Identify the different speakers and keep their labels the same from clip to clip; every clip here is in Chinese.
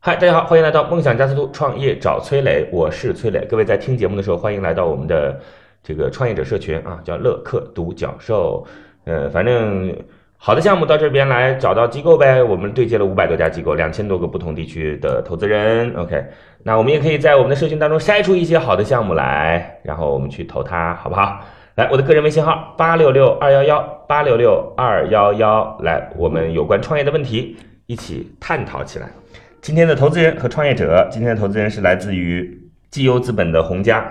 Speaker 1: 嗨，大家好，欢迎来到梦想加速度创业找崔磊，我是崔磊。各位在听节目的时候，欢迎来到我们的这个创业者社群啊，叫乐客独角兽。呃，反正好的项目到这边来，找到机构呗。我们对接了五百多家机构，两千多个不同地区的投资人。OK，那我们也可以在我们的社群当中筛出一些好的项目来，然后我们去投它，好不好？来，我的个人微信号八六六二幺幺八六六二幺幺，来，我们有关创业的问题一起探讨起来。今天的投资人和创业者，今天的投资人是来自于绩优资本的洪佳。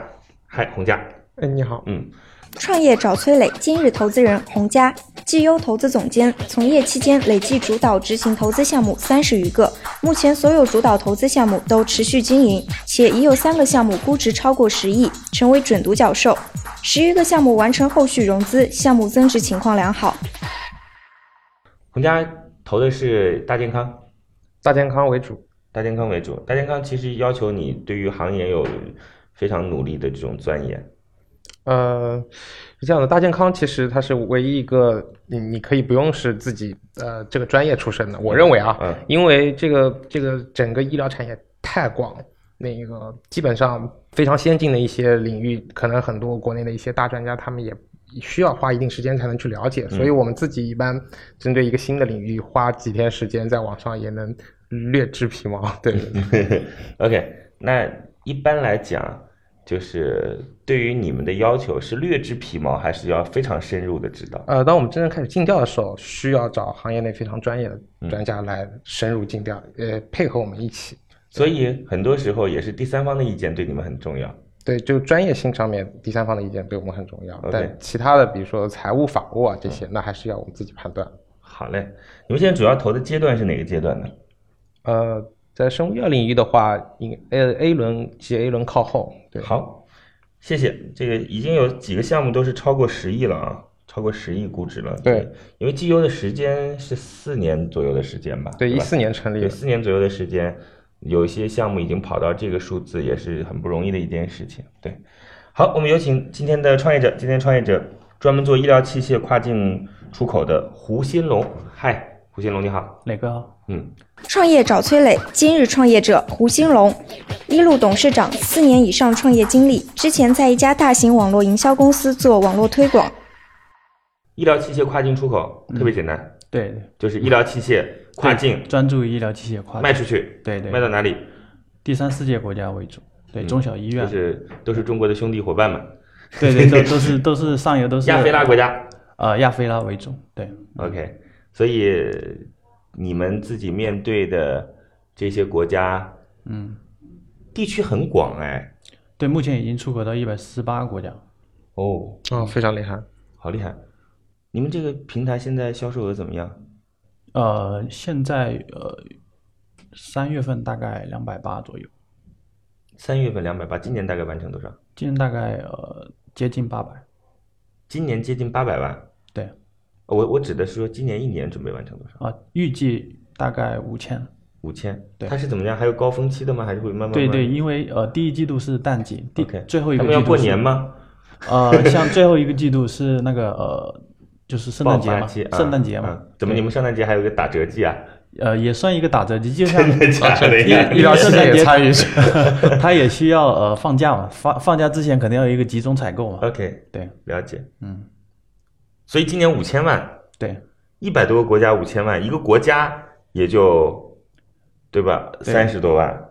Speaker 1: 嗨，洪佳，
Speaker 2: 哎，你好，
Speaker 1: 嗯，
Speaker 3: 创业找崔磊，今日投资人洪佳，绩优投资总监，从业期间累计主导执行投资项目三十余个，目前所有主导投资项目都持续经营，且已有三个项目估值超过十亿，成为准独角兽，十余个项目完成后续融资，项目增值情况良好。
Speaker 1: 洪佳投的是大健康，
Speaker 2: 大健康为主。
Speaker 1: 大健康为主。大健康其实要求你对于行业有非常努力的这种钻研。
Speaker 2: 呃，是这样的，大健康其实它是唯一一个你你可以不用是自己呃这个专业出身的，我认为啊，
Speaker 1: 嗯
Speaker 2: 因为这个这个整个医疗产业太广，那个基本上非常先进的一些领域，可能很多国内的一些大专家他们也。需要花一定时间才能去了解，所以我们自己一般针对一个新的领域，花几天时间在网上也能略知皮毛。对，
Speaker 1: 嗯 OK，那一般来讲，就是对于你们的要求是略知皮毛，还是要非常深入的知道？
Speaker 2: 呃，当我们真正开始尽调的时候，需要找行业内非常专业的专家来深入尽调，呃，配合我们一起。
Speaker 1: 所以很多时候也是第三方的意见对你们很重要。
Speaker 2: 对，就专业性上面，第三方的意见对我们很重要
Speaker 1: OK
Speaker 2: 但其他的，比如说财务、法务啊这些，那还是要我们自己判断。
Speaker 1: 好嘞，你们现在主要投的阶段是哪个阶段呢？
Speaker 2: 呃，在生物医药领域的话，应呃 A 轮及 A 轮靠后。对，
Speaker 1: 好，谢谢。这个已经有几个项目都是超过十亿了啊，超过十亿估值了。
Speaker 2: 对，
Speaker 1: 因为绩优的时间是四年左右的时间吧？
Speaker 2: 对，一
Speaker 1: 吧
Speaker 2: 四年成立
Speaker 1: 有
Speaker 2: 的，
Speaker 1: 四年左右的时间，有一些项目已经跑到这个数字，也是很不容易的一件事情。对，好，我们有请今天的创业者，今天创业者专门做医疗器械跨境出口的胡新龙。嗨，胡新龙你好。
Speaker 4: 磊哥好，
Speaker 1: 嗯，
Speaker 3: 创业找崔磊，今日创业者胡兴龙，一路董事长，四年以上创业经历，之前在一家大型网络营销公司做网络推广，
Speaker 1: 医疗器械跨境出口特
Speaker 2: 嗯
Speaker 1: 别简单，
Speaker 4: 对，对
Speaker 1: 就是医疗器械跨境
Speaker 4: 专注于医疗器械跨
Speaker 1: 卖
Speaker 4: 境，
Speaker 1: 出去，
Speaker 4: 对对
Speaker 1: 卖到哪里？
Speaker 4: 第三世界国家为主，对，中小医
Speaker 1: 就
Speaker 4: 院，
Speaker 1: 是都是中国的兄弟伙伴们，
Speaker 4: 对对，都都是都是上游都是
Speaker 1: 亚非拉国家。
Speaker 4: 呃亚非拉为主，对，
Speaker 1: OK，所以你们自己面对的这些国家
Speaker 4: 嗯，
Speaker 1: 地区很广哎。
Speaker 4: 对，目前已经出口到一百四十八个国家，
Speaker 1: 哦，
Speaker 2: 哦，非常厉害。
Speaker 1: 好厉害！你们这个平台现在销售额怎么样？
Speaker 4: 呃，现在呃三月份大概两百八左右，
Speaker 1: 三月份两百八，今年大概完成多少？
Speaker 4: 今年大概呃接近八百，
Speaker 1: 今年接近八百万。哦
Speaker 4: 对，
Speaker 1: 我我指的是说今年一年准备完成多少？
Speaker 4: 啊、预计大概五千，
Speaker 1: 五千。
Speaker 4: 对
Speaker 1: 它是怎么样？还有高峰期的吗？还是会慢慢慢？
Speaker 4: 对对，因为呃第一季度是淡季，第
Speaker 1: OK，
Speaker 4: 最后一个
Speaker 1: 他们要
Speaker 4: 季度
Speaker 1: 过
Speaker 4: 是
Speaker 1: 年吗？
Speaker 4: 呃，像最后一个季度是那个呃，就是圣
Speaker 1: 爆
Speaker 4: 诞节
Speaker 1: 发
Speaker 4: 嘛，
Speaker 1: 期，啊
Speaker 4: 圣诞节嘛，
Speaker 1: 啊怎么你们圣诞节还有个打折 季啊？
Speaker 4: 呃也算一个打折季，就像
Speaker 1: 假的
Speaker 4: 医
Speaker 1: 呀
Speaker 4: 医疗圣诞
Speaker 2: 也
Speaker 4: 节
Speaker 2: 参与，
Speaker 4: 他也需要呃放假嘛，放放假之前肯定要有一个集中采购嘛，
Speaker 1: OK，
Speaker 4: 对，
Speaker 1: 了解。
Speaker 4: 嗯，
Speaker 1: 所以今年五千万，
Speaker 4: 对
Speaker 1: 一百多个国家五千万，一个国家也就，对吧？
Speaker 4: 对
Speaker 1: 三十多万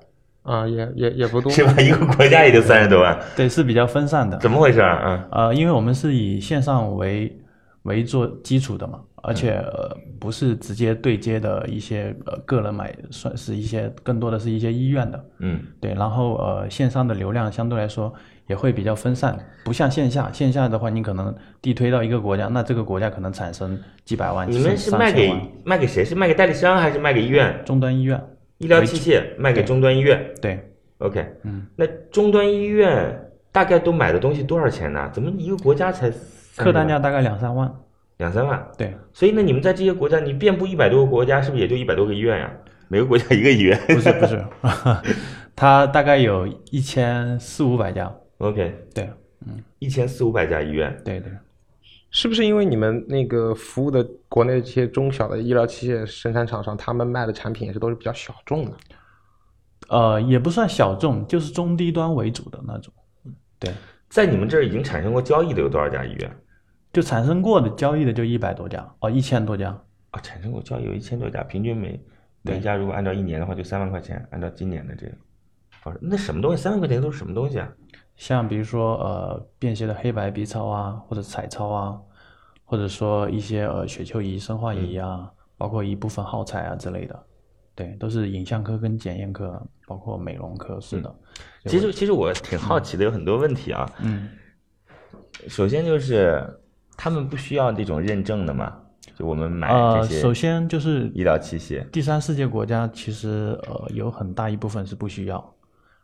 Speaker 2: 啊、也也也不多。
Speaker 1: 是吧？一个国家也就三十多万，
Speaker 4: 对是比较分散的，
Speaker 1: 怎么回事啊？啊，
Speaker 4: 呃，因为我们是以线上为为做基础的嘛，而且、呃不是直接对接的一些呃个人买，算是一些更多的是一些医院的，
Speaker 1: 嗯，
Speaker 4: 对，然后呃，线上的流量相对来说也会比较分散，不像线下，线下的话你可能地推到一个国家，那这个国家可能产生几百万，
Speaker 1: 你们
Speaker 4: 甚至
Speaker 1: 是
Speaker 4: 上
Speaker 1: 卖
Speaker 4: 千
Speaker 1: 给
Speaker 4: 万
Speaker 1: 卖给谁？是卖给代理商还是卖给医院？
Speaker 4: 终端医院，
Speaker 1: 医疗器械卖给终端医院，
Speaker 4: 对，
Speaker 1: OK，
Speaker 4: 嗯，
Speaker 1: 那终端医院大概都买的东西多少钱呢？怎么一个国家才30
Speaker 4: 客单
Speaker 1: 万
Speaker 4: 价大概两三万，
Speaker 1: 两三万？
Speaker 4: 对，
Speaker 1: 所以呢，你们在这些国家，你遍布一百多个国家，是不是也就一百多个医院呀、每个国家一个 医院
Speaker 4: 不是不是，它大概有一千四五百家，
Speaker 1: ？OK，
Speaker 4: 对
Speaker 1: 一千四五百家医院。
Speaker 4: 对对，
Speaker 2: 是不是因为你们那个服务的国内这些中小的医疗器械生产厂商，他们卖的产品也是都是比较小众的？
Speaker 4: 呃，也不算小众，就是中低端为主的那种，对，
Speaker 1: 在你们这儿已经产生过交易的有多少家医院？
Speaker 4: 就产生过的交易的就一百多家，哦，一千多家，
Speaker 1: 啊，产生过交易有一千多家，平均每每
Speaker 4: 对
Speaker 1: 家如果按照一年的话，就三万块钱。按照今年的这个方式，那什么东西？三万块钱都是什么东西啊？
Speaker 4: 像比如说呃便携的黑白 B 超啊，或者彩超啊，或者说一些呃血球仪、生化
Speaker 1: 嗯
Speaker 4: 仪啊，包括一部分耗材啊之类的，对，都是影像科跟检验科，包括美容科是的，
Speaker 1: 其实，其实我挺好奇的，有很多问题啊。
Speaker 4: 嗯，
Speaker 1: 首先就是他们不需要这种认证的嘛，就我们买这
Speaker 4: 呃，
Speaker 1: 些
Speaker 4: 首先就是
Speaker 1: 医疗器械
Speaker 4: 第三世界国家其实呃有很大一部分是不需要，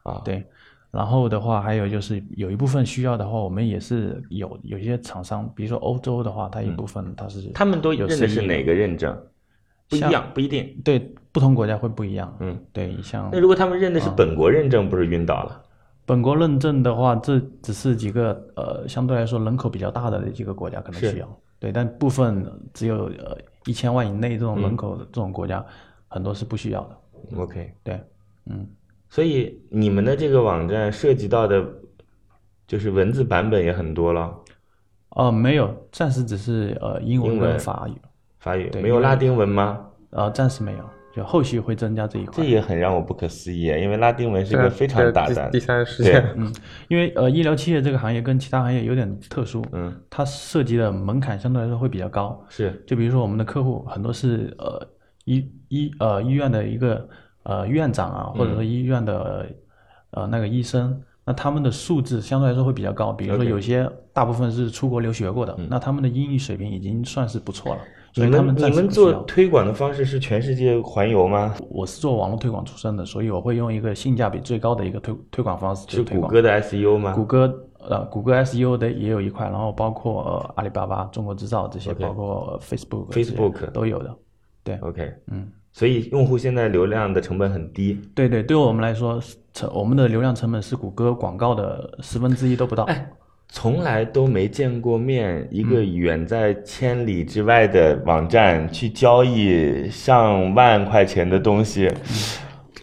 Speaker 1: 啊，，
Speaker 4: 对。然后的话，还有就是有一部分需要的话，我们也是有有一些厂商，比如说欧洲的话，它一部分它是、
Speaker 1: 嗯他们都
Speaker 4: 有
Speaker 1: 认的是
Speaker 4: 生意
Speaker 1: 哪个认证？不一
Speaker 4: 像
Speaker 1: 样，不一定。
Speaker 4: 对不同国家会不一样。
Speaker 1: 嗯，
Speaker 4: 对，像
Speaker 1: 那如果他们认的是
Speaker 4: 啊
Speaker 1: 本国认证，不是晕倒了？
Speaker 4: 本国认证的话，这只是几个呃相对来说人口比较大的几个国家可能
Speaker 1: 是
Speaker 4: 需要，对，但部分只有呃一千万以内这种人口
Speaker 1: 嗯
Speaker 4: 的这种国家，很多是不需要的。
Speaker 1: OK，
Speaker 4: 对，嗯。
Speaker 1: 所以你们的这个网站涉及到的，就是文字版本也很多了，
Speaker 4: 呃，没有，暂时只是呃英文
Speaker 1: 英文
Speaker 4: 跟法语，
Speaker 1: 法语
Speaker 4: 对
Speaker 1: 没有拉丁文吗？
Speaker 4: 呃，暂时没有，就后续会增加这一块。
Speaker 1: 这也很让我不可思议，因为拉丁文是一
Speaker 2: 这
Speaker 4: 啊
Speaker 1: 个非常
Speaker 2: 这
Speaker 1: 大
Speaker 2: 第
Speaker 1: 胆
Speaker 2: 第
Speaker 1: 的。
Speaker 2: 三世
Speaker 1: 对
Speaker 2: 界，
Speaker 4: 嗯，因为呃医疗器械这个行业跟其他行业有点特殊，
Speaker 1: 嗯，
Speaker 4: 它涉及的门槛相对来说会比较高。
Speaker 1: 是
Speaker 4: 就比如说我们的客户很多是呃医医呃医院的一个呃院长啊，或
Speaker 1: 嗯
Speaker 4: 者说医院的、呃那个医生，那他们的素质相对来说会比较高。比如说
Speaker 1: OK
Speaker 4: 有些大部分是出国留学过的，
Speaker 1: 嗯
Speaker 4: 那他们的英语水平已经算是不错了，所
Speaker 1: 你
Speaker 4: 以他
Speaker 1: 们
Speaker 4: 暂
Speaker 1: 你
Speaker 4: 时
Speaker 1: 们
Speaker 4: 不需
Speaker 1: 做
Speaker 4: 要。
Speaker 1: 推广的方式是全世界环游吗？
Speaker 4: 我是做网络推广出身的，所以我会用一个性价比最高的一个推推广方式去
Speaker 1: 是
Speaker 4: 推
Speaker 1: 谷
Speaker 4: 广。
Speaker 1: 歌的 SEO 吗？
Speaker 4: 谷歌呃，谷歌 SEO 的也有一块，然后包括、呃、阿里巴巴、中国制造这些
Speaker 1: OK
Speaker 4: 包括、呃 Facebook、
Speaker 1: Facebook
Speaker 4: 都有的。
Speaker 1: OK，
Speaker 4: 嗯，
Speaker 1: 所以用户现在流量的成本很低。
Speaker 4: 对对，对我们来说，成我们的流量成本是谷歌广告的十分之一都不到。
Speaker 1: 哎，从来都没见过面，一个远在千里之外的网站去交易上万块钱的东西，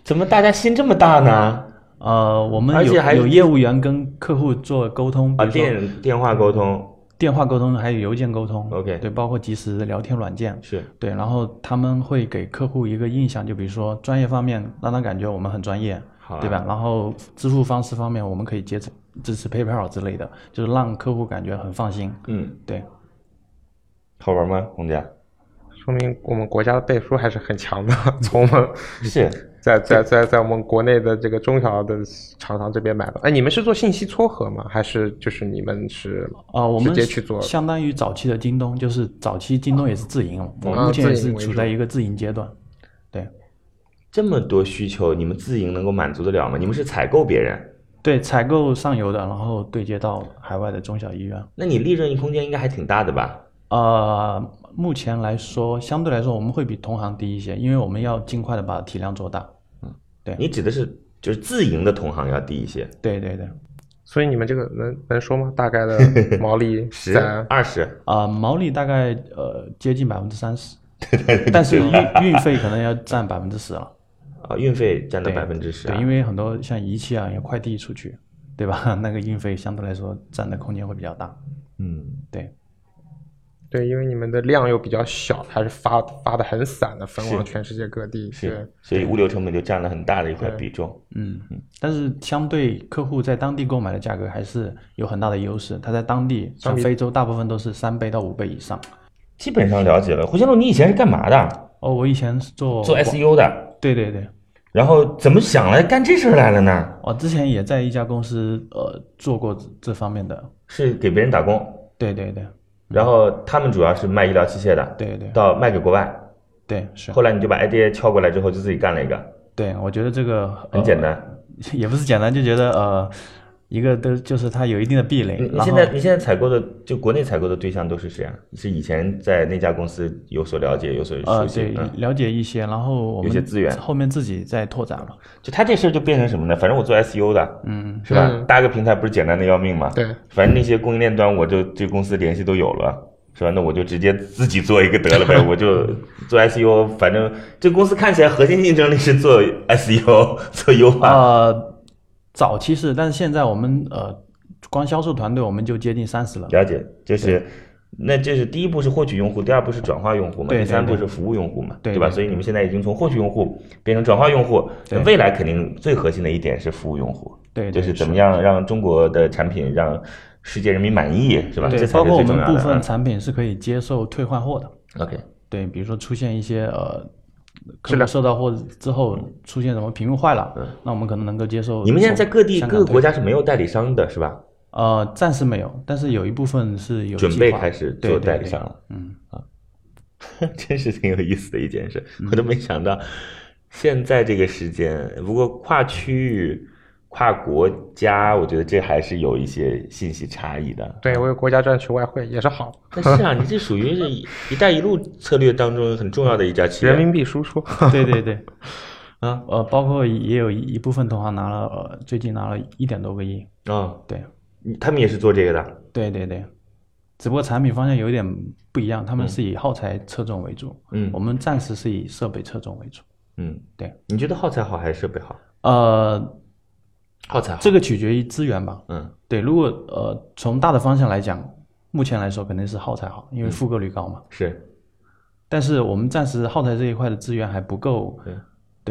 Speaker 1: 怎么大家心这么大呢？
Speaker 4: 呃，我们
Speaker 1: 而且
Speaker 4: 有
Speaker 1: 还是
Speaker 4: 有业务员跟客户做沟通，比
Speaker 1: 啊，
Speaker 4: 如说
Speaker 1: 电电话沟通
Speaker 4: 电话沟通，还有邮件沟通。
Speaker 1: OK
Speaker 4: 对，包括即时聊天软件。
Speaker 1: 是
Speaker 4: 对，然后他们会给客户一个印象，就比如说专业方面，让他感觉我们很专业，
Speaker 1: 好啊
Speaker 4: 对吧？然后支付方式方面，我们可以接支持 PayPal 之类的，就是让客户感觉很放心。
Speaker 1: 嗯，
Speaker 4: 对，
Speaker 1: 好玩吗？洪家
Speaker 2: 说明我们国家的背书还是很强的。从我们
Speaker 1: 是
Speaker 2: 在在在在我们国内的这个中小的厂商这边买的，哎，你们是做信息撮合吗？还是就是你们是
Speaker 4: 啊、我们
Speaker 2: 直接去做？
Speaker 4: 相当于早期的京东，就是早期京东也是自营，我
Speaker 2: 啊
Speaker 4: 目前也
Speaker 2: 自
Speaker 4: 是
Speaker 2: 营为
Speaker 4: 处
Speaker 2: 主
Speaker 4: 在一个自营阶段。对，
Speaker 1: 这么多需求，你们自营能够满足得了吗？你们是采购别人，
Speaker 4: 对，采购上游的，然后对接到海外的中小医院。
Speaker 1: 那你利润空间应该还挺大的吧？
Speaker 4: 呃，目前来说，相对来说我们会比同行低一些，因为我们要尽快的把体量做大。
Speaker 1: 你指的是就是自营的同行要低一些，
Speaker 4: 对对对，
Speaker 2: 所以你们这个能能说吗？大概的毛利
Speaker 1: 十
Speaker 2: 在
Speaker 1: 二十，
Speaker 4: 啊、毛利大概呃接近百分之三 十，但是运运费可能要占百分之十了，
Speaker 1: 啊，运费占到
Speaker 4: 对
Speaker 1: 百分之十，啊
Speaker 2: 啊
Speaker 4: 对，因为很多像仪器啊，要快递出去，对吧？ 那个运费相对来说占的空间会比较大，
Speaker 1: 嗯。
Speaker 4: 对，
Speaker 2: 对，因为你们的量又比较小，还是发发的很散的，分往
Speaker 1: 是
Speaker 2: 全世界各地。对
Speaker 1: 是，所以物流成本就占了很大的一块比重。
Speaker 4: 嗯，但是相对客户在当地购买的价格还是有很大的优势，他在当地像非洲大部分都是三倍到五倍以上。
Speaker 1: 基本上了解了。胡先路，你以前是干嘛的？
Speaker 4: 哦，我以前是做
Speaker 1: 做
Speaker 4: 广
Speaker 1: SEO 的，
Speaker 4: 对对对，
Speaker 1: 然后怎么想来干这事儿来了呢？
Speaker 4: 我、之前也在一家公司呃做过这这方面的，
Speaker 1: 是给别人打工，
Speaker 4: 对对对
Speaker 1: 然后他们主要是卖医疗器械的，
Speaker 4: 对对
Speaker 1: 到卖给国外。
Speaker 4: 对是，
Speaker 1: 后来你就把 idea 撬过来之后，就自己干了一个，
Speaker 4: 对我觉得这个、呃
Speaker 1: 很简单。
Speaker 4: 也不是简单，就觉得呃，一个都就是它有一定的壁垒。
Speaker 1: 你你
Speaker 4: 然
Speaker 1: 现
Speaker 4: 后
Speaker 1: 在你现在采购的就国内采购的对象都是谁啊？是以前在那家公司有所了解、有所熟
Speaker 4: 呃，
Speaker 1: 悉？
Speaker 4: 对，
Speaker 1: 嗯，
Speaker 4: 了解一些，然后我
Speaker 1: 有
Speaker 4: 们
Speaker 1: 些资源
Speaker 4: 后面自己再拓展嘛。
Speaker 1: 就他这事儿就变成什么呢？反正我做 SEO 的，
Speaker 4: 嗯，
Speaker 1: 是吧？
Speaker 2: 嗯
Speaker 1: 搭个平台不是简单的要命吗？
Speaker 2: 对，
Speaker 1: 反正那些供应链端我就对公司联系都有了，是吧？那我就直接自己做一个得了呗，我就做 SEO，反正这公司看起来核心竞争力是做 SEO 做优化，
Speaker 4: 呃，早期是，但是现在我们呃，光销售团队我们就接近三十人。
Speaker 1: 了解，就是。那这是第一步是获取用户，第二步是转化用户嘛，
Speaker 4: 对
Speaker 1: 第三步
Speaker 4: 对
Speaker 1: 是服务用户嘛，
Speaker 4: 对
Speaker 1: 吧？
Speaker 4: 对
Speaker 1: 所以你们现在已经从获取用户变成转化用户，那
Speaker 4: 对
Speaker 1: 未来肯定最核心的一点是服务用户，
Speaker 4: 对，对
Speaker 1: 就是怎么样让中国的产品让世界人民满意，是吧？
Speaker 4: 对
Speaker 1: 这，才
Speaker 4: 包
Speaker 1: 是
Speaker 4: 括我
Speaker 1: 最重
Speaker 4: 们
Speaker 1: 要
Speaker 4: 部
Speaker 1: 的
Speaker 4: 分
Speaker 1: 啊。
Speaker 4: 产品是可以接受退换货的。
Speaker 1: OK，
Speaker 4: 对，比如说出现一些呃，
Speaker 2: 质
Speaker 4: 客户
Speaker 2: 量
Speaker 4: 收到货之后出现什么屏幕坏了
Speaker 1: 嗯，
Speaker 4: 那我们可能能够接受。
Speaker 1: 你们现在在各地
Speaker 4: 香
Speaker 1: 各
Speaker 4: 港
Speaker 1: 个
Speaker 4: 退
Speaker 1: 国家是没有代理商的，是吧？
Speaker 4: 呃，暂时没有，但是有一部分是有
Speaker 1: 准
Speaker 4: 计
Speaker 1: 备
Speaker 4: 划
Speaker 1: 开始
Speaker 4: 对
Speaker 1: 做
Speaker 4: 对
Speaker 1: 代理
Speaker 4: 对
Speaker 1: 商了
Speaker 4: 嗯，
Speaker 1: 真是挺有意思的一件事，
Speaker 4: 嗯
Speaker 1: 我都没想到现在这个时间。不过跨区域、跨国家，我觉得这还是有一些信息差异 的。
Speaker 2: 对，为国家赚取外汇也是好，
Speaker 1: 但是啊，你这属于是“一带一路”策略当中很重要的一家企业。
Speaker 2: 人民币输出。
Speaker 4: 对对对，
Speaker 1: 啊
Speaker 4: 呃，包括也有一部分同行拿了呃，最近拿了一点多个亿，
Speaker 1: 啊、
Speaker 4: 对
Speaker 1: 你他们也是做这个的。
Speaker 4: 对对对，只不过产品方向有一点不一样，他们是以耗材侧重为主，
Speaker 1: 嗯
Speaker 4: 我们暂时是以设备侧重为主。
Speaker 1: 嗯，
Speaker 4: 对。
Speaker 1: 你觉得耗材好还是设备好？
Speaker 4: 呃，
Speaker 1: 耗材好。
Speaker 4: 这个取决于资源吧，
Speaker 1: 嗯
Speaker 4: 对，如果呃从大的方向来讲，目前来说肯定是耗材好，因为
Speaker 1: 嗯
Speaker 4: 复购率高嘛。
Speaker 1: 是
Speaker 4: 但是我们暂时耗材这一块的资源还不够，
Speaker 1: 对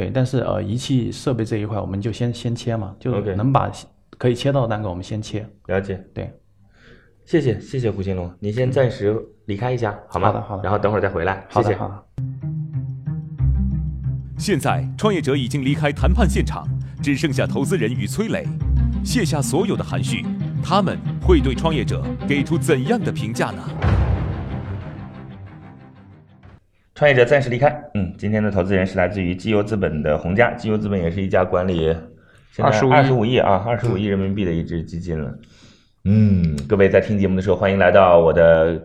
Speaker 4: 对，但是呃仪器设备这一块我们就先先切嘛，就
Speaker 1: OK
Speaker 4: 能把可以切到的单个我们先切，
Speaker 1: 了解。
Speaker 4: 对，
Speaker 1: 谢谢谢谢胡兴龙，你先暂时离开一下好吗？
Speaker 4: 好的好的
Speaker 1: 然后等会儿再回来，
Speaker 4: 好
Speaker 1: 谢
Speaker 4: 的
Speaker 1: 谢。
Speaker 4: 好的。
Speaker 5: 现在，创业者已经离开谈判现场，只剩下投资人与崔磊，卸下所有的含蓄，他们会对创业者给出怎样的评价呢？
Speaker 1: 创业者暂时离开。嗯，今天的投资人是来自于基油资本的洪家，基油资本也是一家管理
Speaker 2: 25亿
Speaker 1: 二十五亿啊，二十五亿人民币的一支基金了。嗯，各位在听节目的时候，欢迎来到我的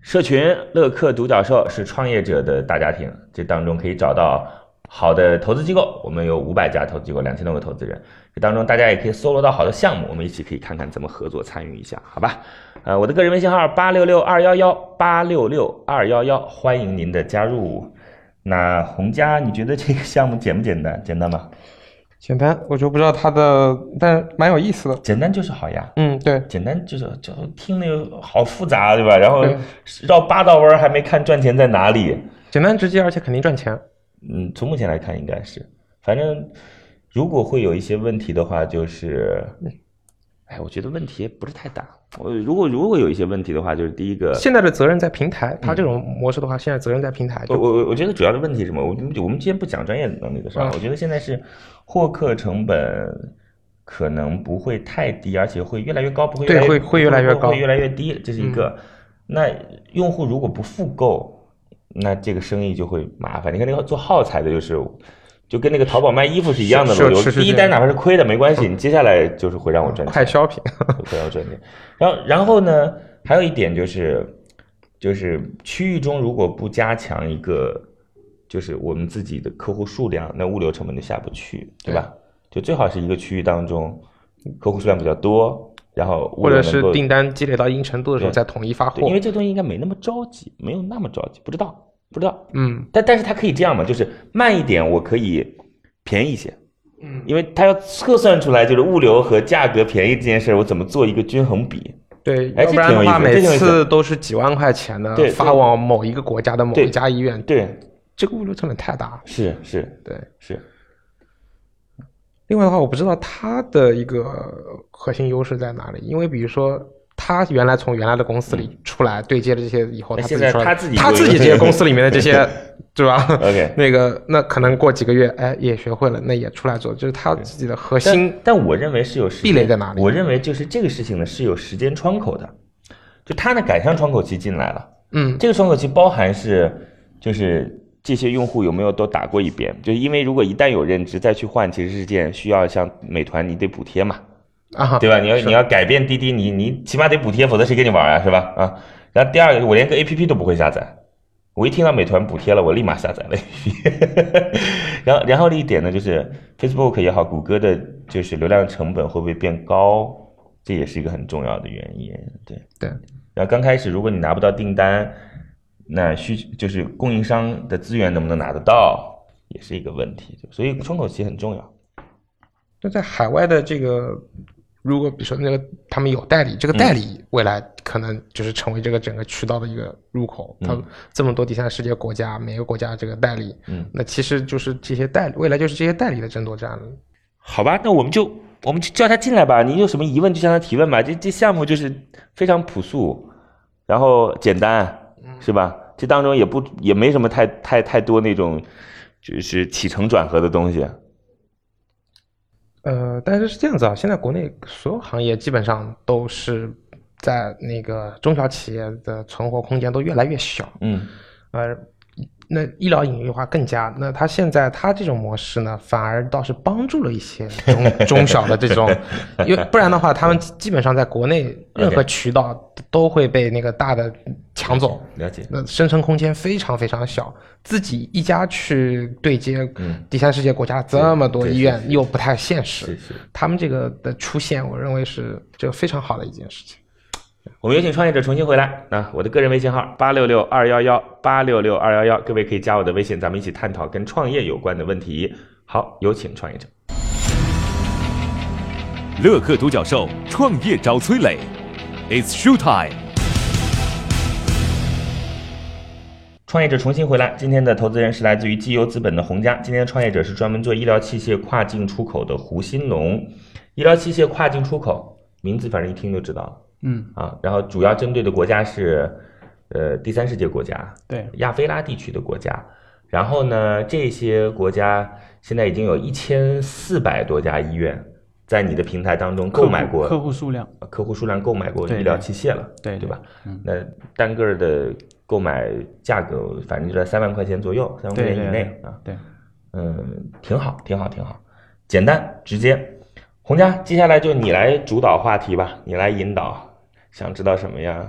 Speaker 1: 社群“乐客独角兽”，是创业者的大家庭，这当中可以找到好的投资机构，我们有五百家投资机构，两千多个投资人，这当中大家也可以搜罗到好的项目，我们一起可以看看怎么合作参与一下，好吧？呃，我的个人微信号八六六二幺幺八六六二幺幺，欢迎您的加入。那洪家，你觉得这个项目简不简单？简单吗？
Speaker 2: 简单，我就不知道它的，但蛮有意思的。
Speaker 1: 简单就是好呀。
Speaker 2: 嗯，对，
Speaker 1: 简单就是就听那个好复杂，对吧？然后
Speaker 2: 对
Speaker 1: 绕八道弯儿还没看赚钱在哪里。
Speaker 2: 简单直接，而且肯定赚钱。
Speaker 1: 嗯，从目前来看应该是，反正如果会有一些问题的话，就是，哎，我觉得问题也不是太大。我如果如果有一些问题的话，嗯就是第一个，
Speaker 2: 现在的责任在平台，它这种模式的话，现在责任在平台。
Speaker 1: 我
Speaker 2: 就
Speaker 1: 我我我觉得主要的问题是什么？我们我们今天不讲专业能力的事儿啊
Speaker 2: 嗯，
Speaker 1: 我觉得现在是获客成本可能不会太低，而且会越来越高，不会越
Speaker 2: 对
Speaker 1: 来
Speaker 2: 会会越来越
Speaker 1: 不
Speaker 2: 高嗯
Speaker 1: 会越来越低，这是一个。那用户如果不复购，那这个生意就会麻烦。你看那个做耗材的，就是就跟那个淘宝卖衣服是一样的
Speaker 2: 是
Speaker 1: 逻辑。
Speaker 2: 是是
Speaker 1: 我第一
Speaker 2: 这
Speaker 1: 单
Speaker 2: 样
Speaker 1: 哪怕是亏的没关系，你接下来就是会让我赚钱。
Speaker 2: 快消品，
Speaker 1: 不要赚钱。然后，然后呢，还有一点就是，就是区域中如果不加强一个，就是我们自己的客户数量，那物流成本就下不去，对吧？就最好是一个区域当中客户数量比较多，然后物
Speaker 2: 或者
Speaker 1: 流能
Speaker 2: 是
Speaker 1: 够
Speaker 2: 订单积累到一定程度的时候
Speaker 1: 对
Speaker 2: 再统一发
Speaker 1: 对，
Speaker 2: 货
Speaker 1: 因。为这东西应该没那么着急，没有那么着急，不知道，不知道。
Speaker 2: 嗯，
Speaker 1: 但但是它可以这样嘛，就是慢一点，我可以便宜一些。嗯，因为它要测算出来，就是物流和价格便宜这件事儿，我怎么做一个均衡比？
Speaker 2: 对，
Speaker 1: 哎
Speaker 2: 要不然
Speaker 1: 这挺有
Speaker 2: 的
Speaker 1: 意
Speaker 2: 话，
Speaker 1: 思这
Speaker 2: 每
Speaker 1: 挺有意思
Speaker 2: 次都是几万块钱的
Speaker 1: 对
Speaker 2: 发
Speaker 1: 对
Speaker 2: 往某一个国家的某
Speaker 1: 对
Speaker 2: 一家医院，
Speaker 1: 对，
Speaker 2: 这个物流成本太大了。
Speaker 1: 是是
Speaker 2: 对，
Speaker 1: 是，
Speaker 2: 另外的话，我不知道它的一个核心优势在哪里，因为比如说。他原来从原来的公司里出来对接的这些以后，
Speaker 1: 那
Speaker 2: 他
Speaker 1: 哎现
Speaker 2: 自己
Speaker 1: 在
Speaker 2: 出来，
Speaker 1: 他自己
Speaker 2: 他
Speaker 1: 有一
Speaker 2: 自
Speaker 1: 个
Speaker 2: 己这些公司里面的这 些，对吧
Speaker 1: OK
Speaker 2: 那个那可能过几个月，哎，也学会了，那也出来做，就是他自己的核心
Speaker 1: 但但我认为是有时间
Speaker 2: 壁垒在哪里
Speaker 1: 我认为就是这个事情呢是有时间窗口的，就他呢赶上窗口期进来了，
Speaker 2: 嗯，
Speaker 1: 这个窗口期包含是就是。这些用户有没有都打过一遍？就是因为如果一旦有认知再去换，其实是件需要像美团你得补贴嘛，
Speaker 2: 啊，
Speaker 1: 对吧？你要
Speaker 2: 是
Speaker 1: 你要改变滴滴，你你起码得补贴，否则谁跟你玩啊，是吧？啊，然后第二个，我连个 A P P 都不会下载，我一听到美团补贴了，我立马下载了 A P P。然 后然后另一点呢，就是 Facebook 也好，谷歌的就是流量成本会不会变高，这也是一个很重要的原因。对，
Speaker 2: 对，
Speaker 1: 然后刚开始，如果你拿不到订单，那需就是供应商的资源能不能拿得到，也是一个问题。所以窗口期很重要。
Speaker 2: 那在海外的这个，如果比如说那个他们有代理，
Speaker 1: 嗯
Speaker 2: 这个代理未来可能就是成为这个整个渠道的一个入口。
Speaker 1: 嗯
Speaker 2: 他们这么多第三世界国家，每个国家这个代理，
Speaker 1: 嗯，
Speaker 2: 那其实就是这些代理，未来就是这些代理的争夺战了。
Speaker 1: 好吧，那我们就我们就叫他进来吧。你有什么疑问就向他提问吧。这这项目就是非常朴素，然后简单，是吧？这当中也不也没什么太太太多那种就是起承转合的东西。
Speaker 2: 呃，但是是这样子啊，现在国内所有行业基本上都是在那个中小企业的存活空间都越来越小。
Speaker 1: 嗯
Speaker 2: 呃，那医疗领域的话更加，那它现在它这种模式呢，反而倒是帮助了一些 中中小的这种，因为不然的话，他们基本上在国内任何
Speaker 1: OK
Speaker 2: 渠道都会被那个大的抢走，
Speaker 1: 了解。
Speaker 2: 那生存空间非常非常小，自己一家去对接
Speaker 1: 嗯
Speaker 2: 第三世界国家这么多
Speaker 1: 对
Speaker 2: 医
Speaker 1: 是
Speaker 2: 院
Speaker 1: 是
Speaker 2: 又不太现实
Speaker 1: 是，是。
Speaker 2: 他们这个的出现，我认为是这个非常好的一件事情。
Speaker 1: 我们有请创业者重新回来。啊，我的个人微信号八六六二幺幺八六六二幺幺，各位可以加我的微信，咱们一起探讨跟创业有关的问题。好，有请创业者。
Speaker 5: 乐客独角兽创业找崔磊，It's show time。
Speaker 1: 创业者重新回来，今天的投资人是来自于基优资本的洪家。今天的创业者是专门做医疗器械跨境出口的胡新农。医疗器械跨境出口，名字反正一听就知道了
Speaker 4: 嗯，
Speaker 1: 啊。然后主要针对的国家是，呃，第三世界国家，
Speaker 4: 对，
Speaker 1: 亚非拉地区的国家。然后呢，这些国家现在已经有一千四百多家医院在你的平台当中
Speaker 4: 客
Speaker 1: 购
Speaker 4: 户
Speaker 1: 买过
Speaker 4: 客户数量，
Speaker 1: 客户数量购买过
Speaker 4: 对
Speaker 1: 医疗
Speaker 4: 对
Speaker 1: 器械了，
Speaker 4: 对
Speaker 1: 对吧？？
Speaker 4: 嗯，
Speaker 1: 那单个儿的购买价格反正就在三万块钱左右，三万块
Speaker 4: 对
Speaker 1: 钱
Speaker 4: 对
Speaker 1: 以内
Speaker 4: 对
Speaker 1: 啊，
Speaker 4: 对，
Speaker 1: 嗯，挺好，挺好，挺好，简单直接。洪佳，接下来就你来主导话题吧，你来引导，想知道什么呀？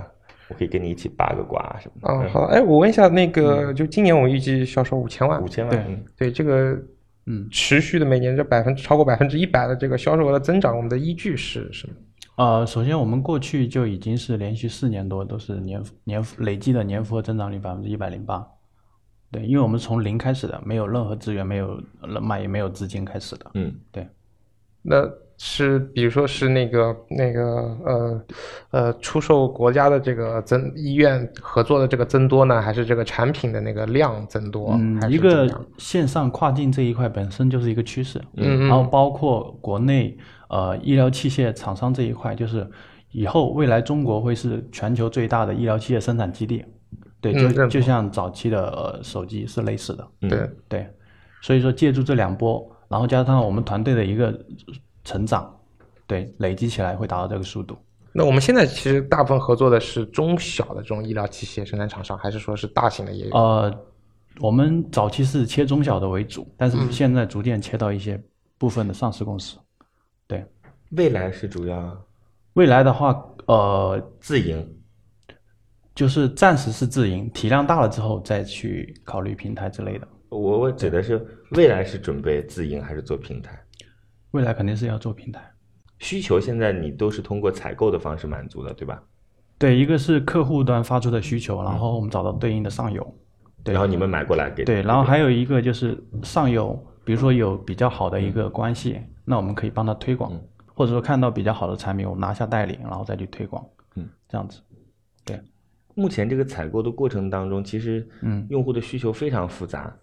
Speaker 1: 我可以跟你一起八个卦什么的。
Speaker 4: 哦
Speaker 1: 嗯
Speaker 2: 啊，好，哎，我问一下，那个就今年我预计销售五千万
Speaker 1: 五，千万，
Speaker 4: 对
Speaker 1: 嗯
Speaker 2: 对这个
Speaker 4: 嗯
Speaker 2: 持续的每年这百分之超过百分之一百的这个销售额的增长，我们的依据是什么？
Speaker 4: 呃，首先我们过去就已经是连续四年多都是年复年复累计的年复合增长率百分之一百零八，对，因为我们从零开始的，没有任何资源，没有人脉，也没有资金开始的，
Speaker 1: 嗯，
Speaker 2: 那是比如说是那个那个呃呃出售国家的这个增医院合作的这个增多呢，还是这个产品的那个量增多？还
Speaker 4: 嗯，
Speaker 2: 是
Speaker 4: 一
Speaker 2: 怎么
Speaker 4: 个
Speaker 2: 样
Speaker 4: 线上跨境这一块本身就是一个趋势，
Speaker 2: 嗯
Speaker 4: 然后
Speaker 2: 嗯
Speaker 4: 包括国内呃医疗器械厂商这一块，就是以后未来中国会是全球最大的医疗器械生产基地，对，
Speaker 2: 嗯认
Speaker 4: 就就
Speaker 2: 同
Speaker 4: 像早期的、呃、手机是类似的，
Speaker 1: 嗯
Speaker 2: 对。
Speaker 4: 对，所以说借助这两波，然后加上我们团队的一个成长，对，累积起来会达到这个速度。
Speaker 2: 那我们现在其实大部分合作的是中小的这种医疗器械生产厂商，还是说是大型的也有？
Speaker 4: 呃，我们早期是切中小的为主，但是现在逐渐切到一些部分的上市公司。对，
Speaker 1: 未来是主要
Speaker 4: 未来的话，呃，
Speaker 1: 自营，
Speaker 4: 就是暂时是自营，体量大了之后再去考虑平台之类的。
Speaker 1: 我我指的是未来是准备自营还是做平台？
Speaker 4: 未来肯定是要做平台。
Speaker 1: 需求现在你都是通过采购的方式满足的，对吧？
Speaker 4: 对，一个是客户端发出的需求，然后我们找到对应的上游，对
Speaker 1: 然后你们买过来给
Speaker 4: 对，然后还有一个就是上游，比如说有比较好的一个关系，那我们可以帮他推广，
Speaker 1: 嗯
Speaker 4: 或者说看到比较好的产品，我们拿下代理，然后再去推广，
Speaker 1: 嗯，
Speaker 4: 这样子，
Speaker 1: 目前这个采购的过程当中，其实
Speaker 4: 嗯，
Speaker 1: 用户的需求非常复杂。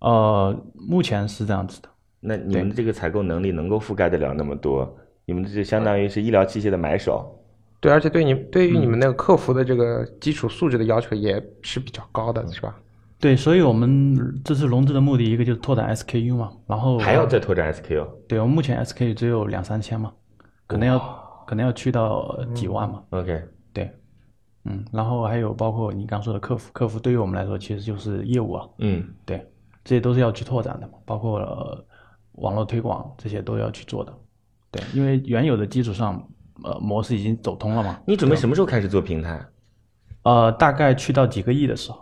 Speaker 4: 呃，目前是这样子的，
Speaker 1: 那你们
Speaker 4: 对
Speaker 1: 的这个采购能力能够覆盖得了那么多？你们这相当于是医疗器械的买手，
Speaker 2: 对，而且对你对于你
Speaker 4: 嗯
Speaker 2: 们那个客服的这个基础素质的要求也是比较高
Speaker 4: 嗯
Speaker 2: 的，是吧？
Speaker 4: 对，所以我们这次融资的目的一个就是拓展 SKU 嘛，然后
Speaker 1: 还要再拓展 SKU。
Speaker 4: 对我们目前 SKU 只有
Speaker 1: 嗯
Speaker 4: 两三千嘛，可能要可能要去到呃几万嘛，
Speaker 1: OK，
Speaker 4: 对，嗯，然后还有包括你刚说的客服，客服对于我们来说其实就是业务啊，
Speaker 1: 嗯
Speaker 4: 对，这些都是要去拓展的嘛，包括、呃、网络推广这些都要去做的，对，因为原有的基础上，呃，模式已经走通了嘛，
Speaker 1: 你准备什么时候开始做平台？
Speaker 4: 呃，大概去到几个亿的时候，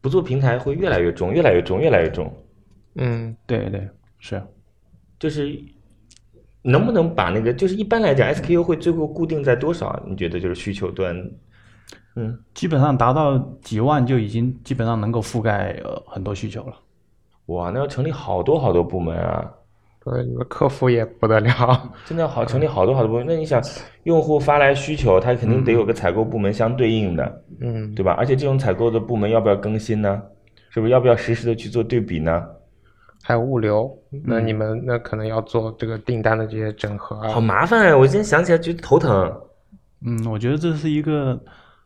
Speaker 1: 不做平台会越来越重，越来越重，越来越重。
Speaker 2: 嗯，
Speaker 4: 对对是，
Speaker 1: 就是能不能把那个，就是一般来讲，SKU 会最后固定在多少？你觉得就是需求端？嗯，
Speaker 4: 基本上达到几万就已经基本上能够覆盖呃很多需求了。
Speaker 1: 哇，那要成立好多好多部门啊！
Speaker 2: 对，呃你的客服也不得了，
Speaker 1: 真的好成立好多好多部门。那你想，用户发来需求，他肯定得有个采购部门相对应的，
Speaker 2: 嗯，
Speaker 1: 对吧？而且这种采购的部门要不要更新呢？是不是要不要实时的去做对比呢？
Speaker 2: 还有物流，那你们那可能要做这个订单的这些整合
Speaker 1: 嗯好
Speaker 2: 啊，
Speaker 1: 麻烦啊！我今天想起来觉得头疼。
Speaker 4: 嗯，我觉得这是一个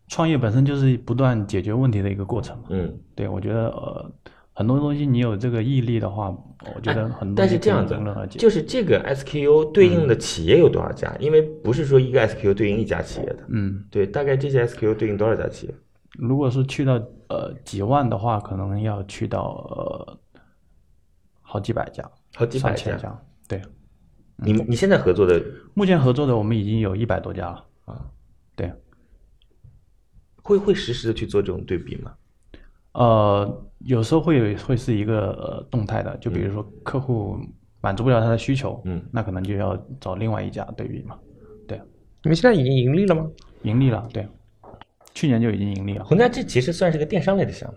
Speaker 4: 创业本身就是不断解决问题的一个过程嘛。
Speaker 1: 嗯，
Speaker 4: 对，我觉得呃很多东西你有这个毅力的话，我觉得很多
Speaker 1: 哎但是
Speaker 4: 东西
Speaker 1: 这样
Speaker 4: 可
Speaker 1: 子
Speaker 4: 以迎刃而，解。
Speaker 1: 就是这个 SKU 对应的企业有多少家？因为不是说一个 SKU 对应一家企业的，
Speaker 4: 嗯，
Speaker 1: 对，大概这些 SKU 对应多少家企业？
Speaker 4: 如果是去到呃几万的话，可能要去到呃好几百家，
Speaker 1: 好几百
Speaker 4: 上千。
Speaker 1: 家
Speaker 4: 家。对，
Speaker 1: 你你现在合作的
Speaker 4: 目前合作的我们已经有一百多家了。
Speaker 1: 啊，
Speaker 4: 对，
Speaker 1: 会会实时的去做这种对比吗？
Speaker 4: 呃，有时候会有会是一个呃动态的，就比如说客户满足不了他的需求，
Speaker 1: 嗯
Speaker 4: 那可能就要找另外一家对比嘛，对，
Speaker 2: 你们现在已经盈利了吗？
Speaker 4: 盈利了，对，去年就已经盈利了，
Speaker 1: 洪家这其实算是个电商类的项目，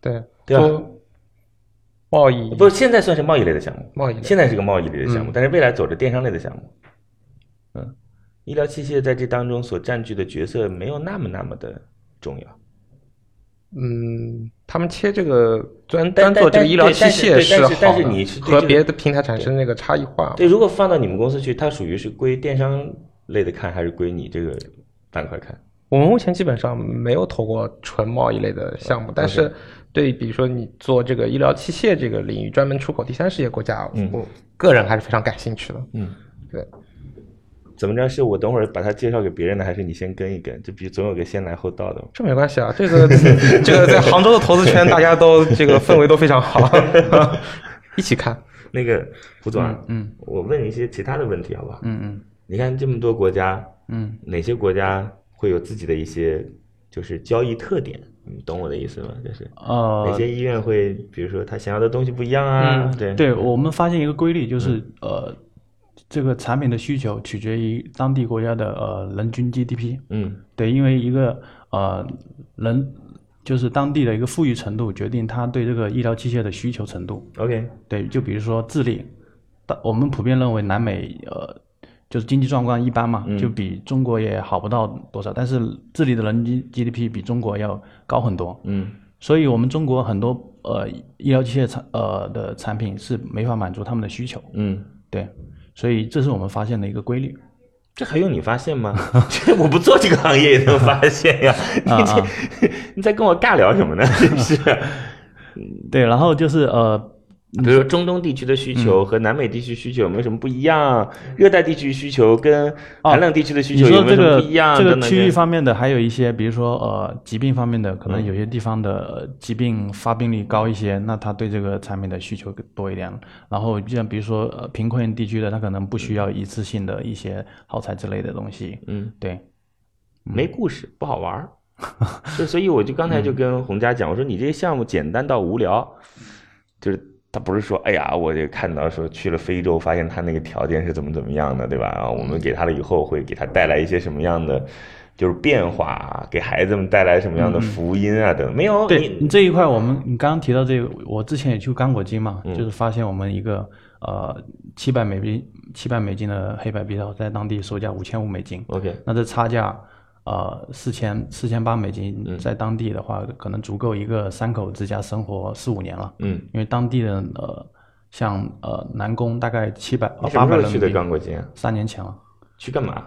Speaker 2: 对，
Speaker 1: 对吧
Speaker 2: 做贸易
Speaker 1: 不，现在算是贸易类的项目，
Speaker 2: 贸易类
Speaker 1: 现在是个贸易类的项目，
Speaker 2: 嗯
Speaker 1: 但是未来走着电商类的项目。嗯，医疗器械在这当中所占据的角色没有那么那么的重要。
Speaker 2: 嗯，他们切这个专
Speaker 1: 但
Speaker 2: 单做这
Speaker 1: 但
Speaker 2: 个医疗
Speaker 1: 对
Speaker 2: 器
Speaker 1: 但是
Speaker 2: 械
Speaker 1: 对但
Speaker 2: 好
Speaker 1: 是
Speaker 2: 的，
Speaker 1: 但是你是对
Speaker 2: 和
Speaker 1: 这个
Speaker 2: 别的平台产生那个差异化。
Speaker 1: 对，如果放到你们公司去，它属于是归电商类的看，还是归你这个板块看？
Speaker 2: 我们目前基本上没有投过纯贸易类的项目，
Speaker 1: 嗯
Speaker 2: 但是对比如说你做这个医疗器械这个领域，专门出口第三世界国家，
Speaker 1: 嗯
Speaker 2: 我个人还是非常感兴趣的。
Speaker 1: 嗯，
Speaker 2: 对，
Speaker 1: 怎么着？是我等会儿把它介绍给别人呢，还是你先跟一跟？就比总有个先来后到的嘛。
Speaker 2: 这没关系啊，这个 这个在杭州的投资圈，大家都这个氛围都非常好， 一起看。
Speaker 1: 那个胡总啊，
Speaker 4: 嗯
Speaker 1: 我问你一些其他的问题好不好？
Speaker 4: 嗯嗯
Speaker 1: 你看这么多国家，
Speaker 4: 嗯，
Speaker 1: 哪些国家会有自己的一些就是交易特点？你懂我的意思吗？就是哪
Speaker 4: 呃，
Speaker 1: 些医院会，比如说他想要的东西不一样啊？
Speaker 2: 嗯
Speaker 1: 对
Speaker 4: 对，我们发现一个规律，就是、
Speaker 1: 嗯
Speaker 4: 呃，这个产品的需求取决于当地国家的呃人均 GDP，
Speaker 1: 嗯
Speaker 4: 对，因为一个呃人就是当地的一个富裕程度决定他对这个医疗器械的需求程度。
Speaker 1: ，OK，
Speaker 4: 对，就比如说智利，大我们普遍认为南美呃就是经济状况一般嘛，
Speaker 1: 嗯
Speaker 4: 就比中国也好不到多少，但是智利的人均 GDP 比中国要高很多，
Speaker 1: 嗯
Speaker 4: 所以我们中国很多呃医疗器械产呃的产品是没法满足他们的需求，
Speaker 1: 嗯，
Speaker 4: 对，所以这是我们发现的一个规律。
Speaker 1: 这还用你发 现吗？这我不做这个行业也能发现呀！你
Speaker 4: 啊
Speaker 1: 这、
Speaker 4: 啊
Speaker 1: 你在跟我尬聊什么呢？真是，
Speaker 4: 对，然后就是呃
Speaker 1: 比如说中东地区的需
Speaker 4: 嗯
Speaker 1: 求和南美地区需求有没有什么不一样？热带地区需求跟寒冷地区的需
Speaker 4: 哦你
Speaker 1: 求有
Speaker 4: 说
Speaker 1: 没有
Speaker 4: 这
Speaker 1: 什么
Speaker 4: 个
Speaker 1: 不一样？
Speaker 4: 这个
Speaker 1: 等等
Speaker 4: 区
Speaker 1: 这
Speaker 4: 域
Speaker 1: 些
Speaker 4: 方面的，还有一些，比如说呃疾病方面的，可能
Speaker 1: 嗯
Speaker 4: 有些地方的、呃疾病发病率高一些，那他对这个产品的需求更多一点。然后就像比如说呃贫困地区的，他可能不需要一次性的一些耗材之类的东西。
Speaker 1: 嗯。
Speaker 4: 对，
Speaker 1: 没故事，不好玩儿。就所以我就刚才就跟洪佳讲，我说你这个项目简单到无聊，就是他不是说，哎呀，我就看到说去了非洲，发现他那个条件是怎么怎么样的，对吧？啊，我们给他了以后会给他带来一些什么样的就是变化啊，给孩子们带来什么样的福音啊等等，没有
Speaker 4: 对你
Speaker 1: 你
Speaker 4: 这一块，我们你刚刚提到这个，我之前也去刚果金嘛，
Speaker 1: 嗯
Speaker 4: 就是发现我们一个呃七百美金七百美金的黑白皮草在当地售价五千五美金。
Speaker 1: OK，
Speaker 4: 那这差价，呃，四千四千八美
Speaker 1: 嗯
Speaker 4: 金，在当地的话，可能足够一个三口之家生活四五年了。
Speaker 1: 嗯，
Speaker 4: 因为当地的呃，像呃南宫大概七百呃
Speaker 1: 你什
Speaker 4: 八
Speaker 1: 么
Speaker 4: 百
Speaker 1: 时
Speaker 4: 人
Speaker 1: 候去
Speaker 4: 民
Speaker 1: 的
Speaker 4: 币，
Speaker 1: 刚果金啊？
Speaker 4: 三年前了。
Speaker 1: 去干嘛？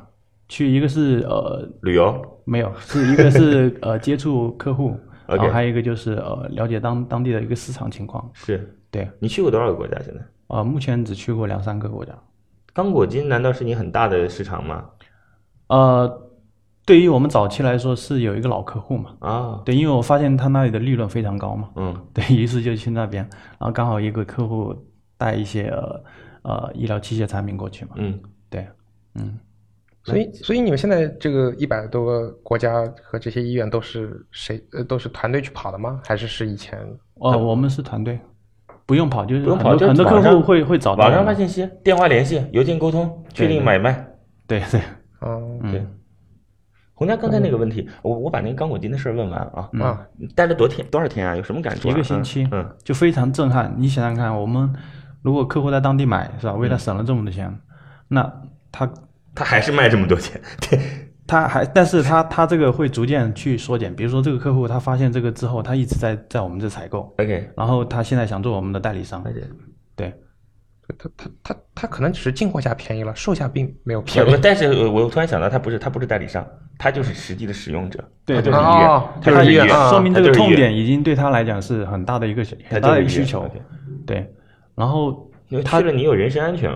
Speaker 4: 去一个是呃
Speaker 1: 旅游？
Speaker 4: 没有，是一个是呃接触客 户，然
Speaker 1: OK
Speaker 4: 后还有一个就是呃了解当当地的一个市场情况。
Speaker 1: 是
Speaker 4: 对，
Speaker 1: 你去过多少个国家？现在
Speaker 4: 呃，目前只去过两三个国家。
Speaker 1: 刚果金难道是你很大的市场吗？
Speaker 4: 呃，对于我们早期来说是有一个老客户嘛，
Speaker 1: 啊，
Speaker 4: 对，因为我发现他那里的利润非常高嘛，
Speaker 1: 嗯
Speaker 4: 对于是就去那边，然后刚好一个客户带一些呃呃医疗器械产品过去嘛，
Speaker 1: 嗯，
Speaker 4: 对，嗯，
Speaker 2: 所以，所以你们现在这个一百多个国家和这些医院都是谁呃都是团队去跑的吗？还是是以前
Speaker 4: 哦，我们是团队，不用跑，就是
Speaker 1: 不用
Speaker 4: 很
Speaker 1: 跑
Speaker 4: 多
Speaker 1: 就是
Speaker 4: 很多
Speaker 1: 网
Speaker 4: 客户
Speaker 1: 上
Speaker 4: 会会找到
Speaker 1: 网
Speaker 4: 我
Speaker 1: 上
Speaker 4: 们
Speaker 1: 发信息、电话联系、邮件沟通、确
Speaker 4: 啊对
Speaker 1: 定
Speaker 4: 对
Speaker 1: 买卖。
Speaker 4: 对对，
Speaker 2: 嗯
Speaker 4: 嗯
Speaker 1: 对洪家刚才那个问题，我我把那个刚果金的事儿问完啊，
Speaker 4: 嗯
Speaker 2: 啊
Speaker 1: 你待了多天多少天啊？有什么感触啊？
Speaker 4: 一个星期，
Speaker 1: 嗯，
Speaker 4: 就非常震撼。你想想看，我们如果客户在当地买是吧，为
Speaker 1: 嗯
Speaker 4: 他省了这么多钱，那他
Speaker 1: 他还是卖这么多钱，对，
Speaker 4: 他还，但是他他这个会逐渐去缩减。比如说这个客户他发现这个之后，他一直在在我们这采购，
Speaker 1: OK，
Speaker 4: 然后他现在想做我们的代理商
Speaker 1: 而，且
Speaker 4: 对，
Speaker 2: 他他他他可能只是进货价便宜了，售价并没有
Speaker 1: 不
Speaker 2: 便
Speaker 1: 不
Speaker 2: 宜。
Speaker 1: 但是呃我我突然想到，他不是他不是代理商，他就是实际的使用者，
Speaker 4: 对
Speaker 1: 他就是医
Speaker 2: 对
Speaker 1: 院
Speaker 2: 哦，
Speaker 1: 他
Speaker 2: 就是是
Speaker 1: 医
Speaker 2: 医
Speaker 1: 院
Speaker 2: 院，啊
Speaker 4: 说明
Speaker 1: 他
Speaker 4: 这个
Speaker 1: 就是医
Speaker 4: 痛
Speaker 1: 院
Speaker 4: 点已经对他来讲是很大的一个
Speaker 1: 他
Speaker 4: 很
Speaker 1: 就
Speaker 4: 大
Speaker 1: 是
Speaker 4: 的一
Speaker 1: 医
Speaker 4: 个需
Speaker 1: 院
Speaker 4: 求
Speaker 1: OK，
Speaker 4: 对。然后
Speaker 1: 因为去
Speaker 4: 他
Speaker 1: 了你有人身安全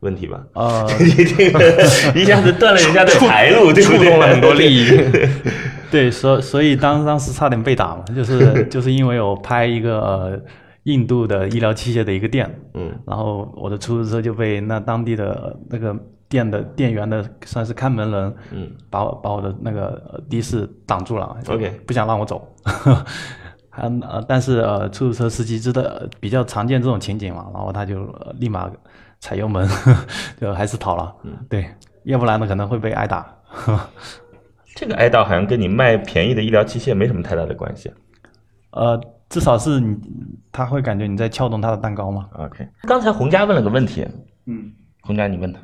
Speaker 1: 问题吧？
Speaker 4: 呃，
Speaker 1: 你这个一下子断了人家的财路，对不对？
Speaker 2: 触动了很多利益。
Speaker 4: 对，所所以当当时差点被打嘛，就是 就是因为我拍一个呃印度的医疗器械的一个店，
Speaker 1: 嗯，
Speaker 4: 然后我的出租车就被那当地的呃那个店的店员的算是看门人，
Speaker 1: 嗯，
Speaker 4: 把我把我的那个呃的士挡住了
Speaker 1: OK
Speaker 4: 不想让我走。 还呃，但是呃，出租车司机知道呃比较常见这种情景嘛，然后他就、呃立马踩油门， 就还是逃了。嗯，对，要不然呢可能会被挨打。
Speaker 1: 这个哀悼好像跟你卖便宜的医疗器械没什么太大的关系。啊
Speaker 4: 呃，至少是你，他会感觉你在撬动他的蛋糕嘛。
Speaker 1: OK，刚才洪佳问了个问题，
Speaker 4: 嗯，
Speaker 1: 洪佳你问他，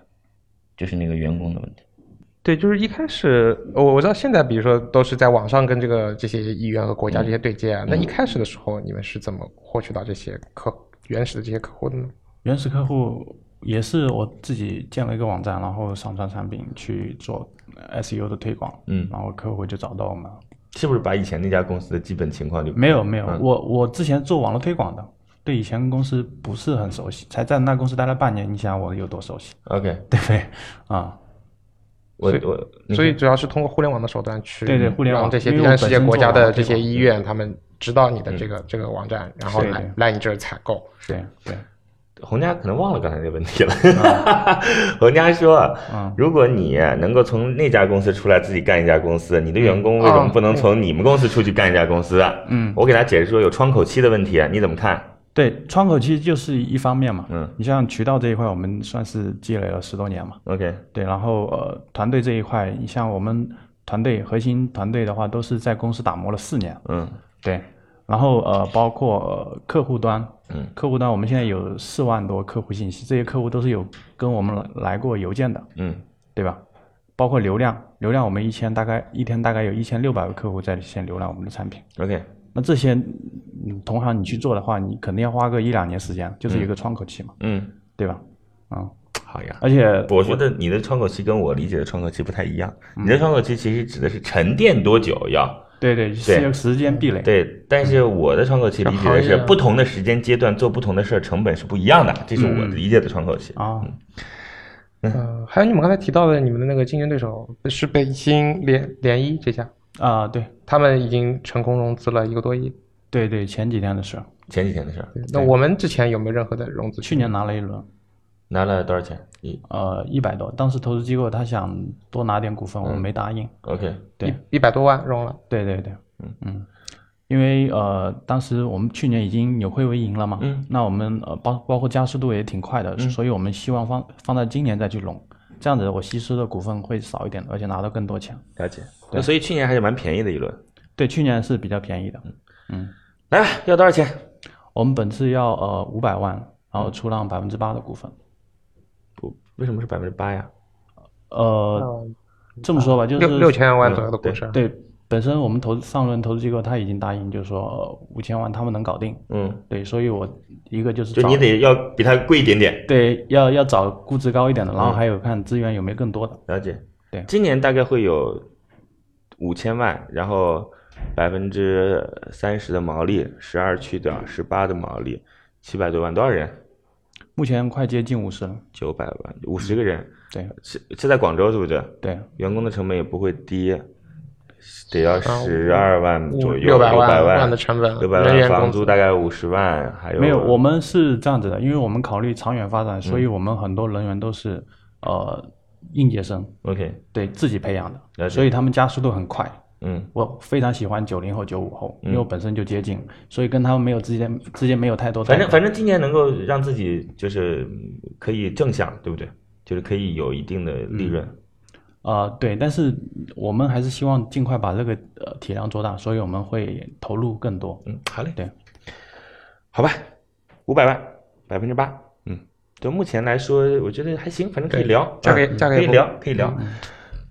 Speaker 1: 就是那个员工的问题。
Speaker 2: 对，就是一开始我我知道现在比如说都是在网上跟这个这些医院和国家这些对接啊，那一开始的时候你们是怎么获取到这些客原始的这些客户的呢？
Speaker 4: 原始客户也是我自己建了一个网站，然后上传产品去做呃 SEO 的推广，
Speaker 1: 嗯
Speaker 4: 然后客户就找到我们。
Speaker 1: 是不是把以前那家公司的基本情况就
Speaker 4: 没有没有，
Speaker 1: 嗯
Speaker 4: 我我之前做网络推广的，对以前公司不是很熟悉，才在那公司待了半年，你想我有多熟悉，
Speaker 1: OK？
Speaker 4: 对不对？啊、
Speaker 1: 我
Speaker 2: 所以
Speaker 1: 我你
Speaker 2: 所以
Speaker 1: 说
Speaker 2: 主要是通过互联网的手段去
Speaker 4: 对对互联网
Speaker 2: 让这些
Speaker 4: 因为
Speaker 2: 第
Speaker 4: 我
Speaker 2: 三世界
Speaker 4: 本身
Speaker 2: 国家
Speaker 4: 做网
Speaker 2: 的
Speaker 4: 络
Speaker 2: 这
Speaker 4: 推
Speaker 2: 些
Speaker 4: 广
Speaker 2: 医院，他们知道你的这个这个网站，然
Speaker 4: 嗯
Speaker 2: 后
Speaker 4: 是
Speaker 2: 来
Speaker 4: 对
Speaker 2: 来你这儿采购。
Speaker 4: 对对，
Speaker 1: 洪佳可能忘了刚才那问题了。 洪佳说
Speaker 4: 嗯，
Speaker 1: 如果你能够从那家公司出来自己干一家公司，你的员工为什么不能从你们公司出去干一家公司啊？
Speaker 4: 嗯，
Speaker 1: 我给他解释说有窗口期的问题，啊你怎么看？
Speaker 4: 对，窗口期就是一方面嘛，
Speaker 1: 嗯
Speaker 4: 你像渠道这一块，我们算是积累了十多年嘛，
Speaker 1: ，OK，
Speaker 4: 对，然后呃，团队这一块，你像我们团队核心团队的话，都是在公司打磨了四年。
Speaker 1: 嗯
Speaker 4: 对，然后呃，包括、呃、客户端，
Speaker 1: 嗯，
Speaker 4: 客户端我们现在有四万多客户信息，这些客户都是有跟我们来来过邮件的，
Speaker 1: 嗯
Speaker 4: 对吧？包括流量，流量我们一千大概一天大概有一千六百个客户在线浏览我们的产品。
Speaker 1: ，OK，
Speaker 4: 那这些嗯同行你去做的话，你肯定要花个一两年时间，就是有一个窗口期嘛，
Speaker 1: 嗯，
Speaker 4: 对吧？嗯，
Speaker 1: 好呀。
Speaker 4: 而且
Speaker 1: 我觉得你的窗口期跟我理解的窗口期不太一样，你的窗口期其实指的是沉淀多久要
Speaker 4: 对对是有时间壁垒，
Speaker 1: 对，但是我的窗口期理解的
Speaker 2: 这
Speaker 1: 是
Speaker 2: 行业啊
Speaker 1: 不同的时间阶段做不同的事儿，成本是不一样的，这是我
Speaker 4: 嗯
Speaker 1: 理解的窗口期。
Speaker 4: 啊，
Speaker 2: 呃，还有你们刚才提到的，你们的那个竞争对手是北京联联医这家，
Speaker 4: 啊、对
Speaker 2: 他们已经成功融资了一个多亿。
Speaker 4: 对对，前几天的事，
Speaker 1: 前几天的事儿，
Speaker 2: 对那我们之前有没有任何的融资？
Speaker 4: 去年拿了一轮，
Speaker 1: 拿了多少钱？一
Speaker 4: 呃，一百多。当时投资机构他想多拿点股份，我们没答应。
Speaker 1: OK，
Speaker 4: 对
Speaker 2: 嗯一一百多万融了。
Speaker 4: 对对对，
Speaker 1: 嗯
Speaker 4: 嗯，因为呃，当时我们去年已经有会微赢了嘛，
Speaker 1: 嗯，
Speaker 4: 那我们呃包包括加速度也挺快
Speaker 2: 嗯
Speaker 4: 的，所以我们希望放放在今年再去融，这样子我稀释的股份会少一点，而且拿到更多钱。
Speaker 1: 了解。那所以去年还是蛮便宜的一轮。
Speaker 4: 对，去年是比较便宜的，
Speaker 2: 嗯
Speaker 1: 来吧，要多少钱？
Speaker 4: 我们本次要呃五百万，然后出让百分之八的股份。
Speaker 1: 不，为什么是百分之八呀？
Speaker 4: 呃，
Speaker 2: 嗯
Speaker 4: 这么说吧，就是嗯
Speaker 2: 六六千万左右的股市，
Speaker 4: 对，本身我们投上轮投资机构他已经答应，就是说五千万他们能搞定。
Speaker 1: 嗯，
Speaker 4: 对，所以我一个就是
Speaker 1: 就
Speaker 4: 找
Speaker 1: 你得要比它贵一点点。
Speaker 4: 对要要找估值高一点的，
Speaker 1: 嗯
Speaker 4: 然后还有看资源有没有更多的。
Speaker 1: 了解。
Speaker 4: 对
Speaker 1: 今年大概会有五千万，然后百分之三十的毛利，十二去掉十八的毛利，七百多万，多少人？
Speaker 4: 目前快接近五十了。
Speaker 1: 九百万，五十个人
Speaker 4: 对
Speaker 1: 是是在广州是不是？
Speaker 4: 对，
Speaker 1: 员工的成本也不会低，得要十二万左右，
Speaker 2: 六百
Speaker 1: 万
Speaker 2: 万
Speaker 1: 六
Speaker 2: 万的成本，
Speaker 1: 六百
Speaker 2: 人员
Speaker 1: 万房
Speaker 2: 工
Speaker 1: 租大概五十万，还有
Speaker 4: 没有，我们是这样子的，因为我们考虑长远发展，
Speaker 1: 嗯
Speaker 4: 所以我们很多人员都是呃应届生，
Speaker 1: OK，
Speaker 4: 对自己培养
Speaker 1: 了
Speaker 4: 的，
Speaker 1: 解
Speaker 4: 所以他们加速度很快。
Speaker 1: 嗯
Speaker 4: 我非常喜欢九零后、九五后，因为
Speaker 1: 嗯
Speaker 4: 我本身就接近，所以跟他们没有之间之间没有太多代
Speaker 1: 反
Speaker 4: 沟。
Speaker 1: 正反正今年能够让自己就是嗯可以正向，对不对？就是可以有一定的利润。
Speaker 4: 呃，对，但是我们还是希望尽快把这个呃体量做大，所以我们会投入更多。
Speaker 1: 嗯，好嘞，
Speaker 4: 对，
Speaker 1: 好吧，五百万，百分之八，嗯，就目前来说，我觉得还行，反正可以
Speaker 2: 对
Speaker 1: 聊，
Speaker 2: 价格
Speaker 1: 嗯
Speaker 2: 价格
Speaker 1: 可
Speaker 2: 也
Speaker 1: 以
Speaker 2: 不
Speaker 1: 聊，可以聊。
Speaker 4: 嗯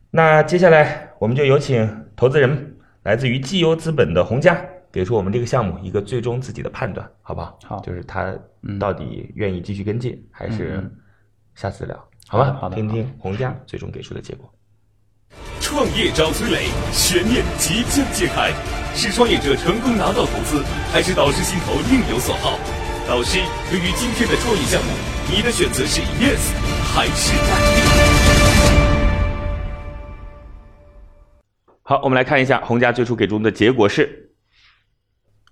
Speaker 1: 那接下来我们就有请投资人，来自于绩优资本的洪佳，给出我们这个项目一个最终自己的判断，好不好？
Speaker 4: 好
Speaker 1: 就是他
Speaker 4: 嗯
Speaker 1: 到底愿意继续跟进，还
Speaker 4: 嗯
Speaker 1: 是
Speaker 4: 嗯
Speaker 1: 下次聊，好吧？
Speaker 4: 好的好的
Speaker 1: 听
Speaker 4: 好的
Speaker 1: 听洪佳最终给出的结果。
Speaker 5: 创业找崔磊，悬念即将揭开，是创业者成功拿到投资，还是导师心头另有所好？导师，对于今天的创业项目，你的选择是 yes 还是 no？
Speaker 1: 好，我们来看一下洪家最初给出的结果是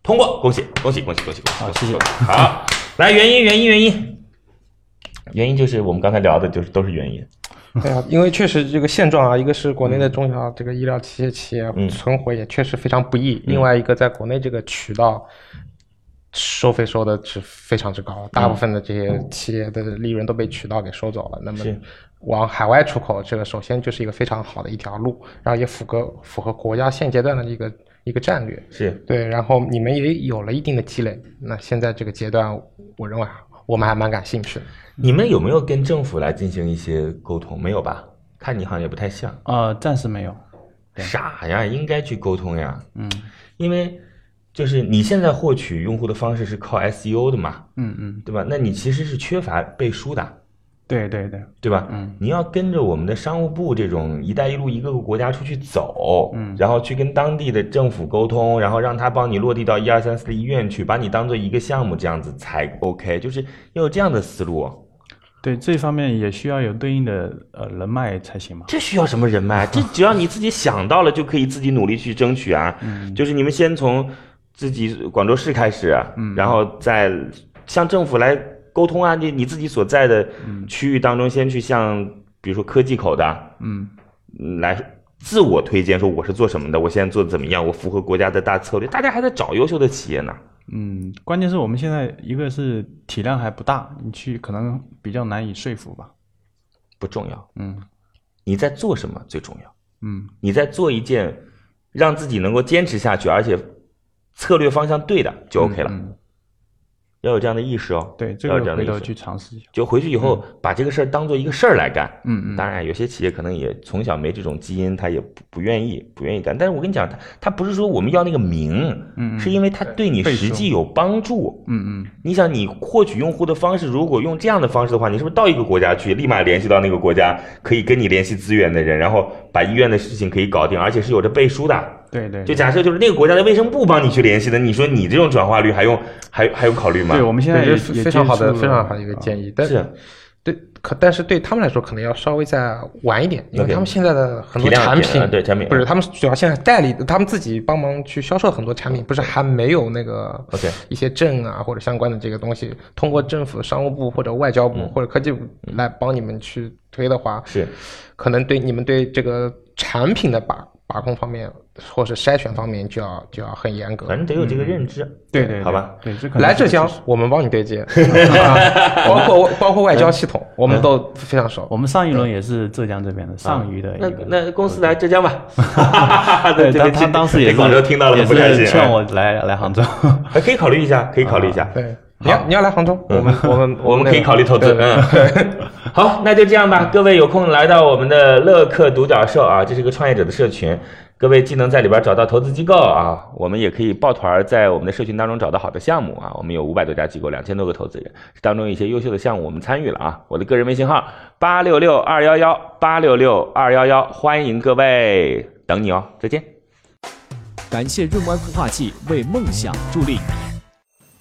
Speaker 1: 通过，恭喜恭喜恭喜恭喜！
Speaker 4: 好，谢谢。
Speaker 1: 好，来原因原因原因，原因就是我们刚才聊的，就是都是原因。
Speaker 2: 对啊，因为确实这个现状啊，一个是国内的中小这个医疗器械企
Speaker 1: 嗯
Speaker 2: 业存活也确实非常不
Speaker 4: 嗯
Speaker 2: 易，另外一个在国内这个渠道收费收的是非常之高，大
Speaker 4: 嗯
Speaker 2: 部分的这些企业的利润都被渠道给收走了。那么
Speaker 1: 是
Speaker 2: 往海外出口，这个首先就是一个非常好的一条路，然后也符合符合国家现阶段的一个一个战略。
Speaker 1: 是，
Speaker 2: 对，然后你们也有了一定的积累，那现在这个阶段，我认为啊我们还蛮感兴趣的。
Speaker 1: 你们有没有跟政府来进行一些沟通？没有吧？看你好像也不太像。
Speaker 4: 呃，暂时没有。
Speaker 1: 傻呀，应该去沟通呀，
Speaker 4: 嗯
Speaker 1: 因为就是你现在获取用户的方式是靠 SEO 的嘛，
Speaker 4: 嗯嗯，
Speaker 1: 对吧？那你其实是缺乏背书的，
Speaker 4: 对对对，
Speaker 1: 对吧？
Speaker 4: 嗯
Speaker 1: 你要跟着我们的商务部这种“一带一路”一个个国家出去走，
Speaker 4: 嗯
Speaker 1: 然后去跟当地的政府沟通，然后让他帮你落地到一二三四的医院去，把你当做一个项目这样子才 OK，就是要有这样的思路。哦
Speaker 4: 对这方面也需要有对应的呃人脉才行嘛。
Speaker 1: 这需要什么 人脉？这只要你自己想到了，就可以自己努力去争取啊。
Speaker 4: 嗯
Speaker 1: 就是你们先从自己广州市开始，啊
Speaker 4: 嗯
Speaker 1: 然后再向政府来沟通啊，你你自己所在的
Speaker 4: 嗯
Speaker 1: 区域当中，先去向比如说科技口的，
Speaker 4: 嗯
Speaker 1: 嗯来自我推荐，说我是做什么的，我现在做的怎么样，我符合国家的大策略。大家还在找优秀的企业呢。
Speaker 4: 嗯，关键是我们现在一个是体量还不大，你去可能比较难以说服吧。
Speaker 1: 不重要，
Speaker 4: 嗯
Speaker 1: 你在做什么最重要。
Speaker 4: 嗯
Speaker 1: 你在做一件让自己能够坚持下去，而且策略方向对的就 OK 了。
Speaker 4: 嗯，
Speaker 1: 要有这样的意识哦。
Speaker 4: 对，这
Speaker 1: 要有这
Speaker 4: 个
Speaker 1: 样的
Speaker 4: 回头
Speaker 1: 意识。
Speaker 4: 去尝试一下。
Speaker 1: 就回去以后把这个事儿当做一个事儿来干。
Speaker 4: 嗯嗯，
Speaker 1: 当然，有些企业可能也从小没这种基因，他也不不愿意，不愿意干。但是我跟你讲，他他不是说我们要那个名，
Speaker 4: 嗯嗯
Speaker 1: 是因为他对你
Speaker 4: 倍数
Speaker 1: 实际有帮助。
Speaker 4: 嗯嗯
Speaker 1: 你想，你获取用户的方式，如果用这样的方式的话，你是不是到一个国家去，立马联系到那个国家可以跟你联系资源的人，然后把医院的事情可以搞定，而且是有着背书的。
Speaker 4: 对对，
Speaker 1: 就假设就是那个国家的卫生部帮你去联系的，你说你这种转化率还用还还有考虑吗？
Speaker 4: 对我们现在
Speaker 2: 对，
Speaker 4: 也
Speaker 2: 这
Speaker 4: 也
Speaker 2: 是非常
Speaker 4: 接
Speaker 2: 好的、
Speaker 4: 触
Speaker 2: 非
Speaker 4: 了啊嗯
Speaker 2: 常好的一个建议。但
Speaker 1: 是
Speaker 2: 对，可但是对他们来说，可能要稍微再晚一点，因为
Speaker 1: OK
Speaker 2: 他们现在的很
Speaker 1: 体
Speaker 2: 多
Speaker 1: 量
Speaker 2: 产
Speaker 1: 点啊
Speaker 2: 品，
Speaker 1: 对产品
Speaker 2: 不是他们主要现在代理，他们自己帮忙去销售很多产品，不是还没有那个
Speaker 1: OK
Speaker 2: 一些证啊或者相关的这个东西，通过政府商务部或者外交
Speaker 1: 嗯
Speaker 2: 部或者科技部来帮你们去推的话，
Speaker 1: 是
Speaker 2: 可能对你们对这个产品的把把控方面或者筛选方面就要就要很严格。
Speaker 1: 反正得有这个认知。
Speaker 4: 对对，
Speaker 1: 好
Speaker 4: 对
Speaker 1: 吧。
Speaker 4: 对，这可能
Speaker 2: 来
Speaker 4: 是
Speaker 2: 浙
Speaker 4: 个
Speaker 2: 江
Speaker 4: 趋势，
Speaker 2: 我们帮你对接， 啊包括包括外交系统，我们都非常熟。
Speaker 4: 我们上一轮也是浙江这边
Speaker 2: 啊
Speaker 4: 的上虞的一
Speaker 1: 那
Speaker 4: 个。
Speaker 1: 那公司来浙江吧，
Speaker 4: 对，
Speaker 1: 这
Speaker 4: 他
Speaker 1: 边
Speaker 4: 他当时也
Speaker 1: 这
Speaker 4: 是
Speaker 1: 广州听到了
Speaker 4: 也
Speaker 1: 很不开心，
Speaker 4: 是劝我啊来来杭州。
Speaker 1: 哎还可以考虑一下，可以考虑一下，
Speaker 2: 对，你要你要来杭州，我们我们
Speaker 1: 嗯我们可以考虑投资。
Speaker 2: 对对
Speaker 1: 嗯，好，那就这样吧，各位有空来到我们的乐客独角兽啊，这是一个创业者的社群，各位既能在里边找到投资机构啊，我们也可以抱团儿在我们的社群当中找到好的项目啊，我们有五百多家机构，两千多个投资人，当中有一些优秀的项目我们参与了啊，我的个人微信号八六六二幺幺八六六二幺幺，欢迎各位，等你哦，再见。
Speaker 6: 感谢润湾孵化器为梦想助力。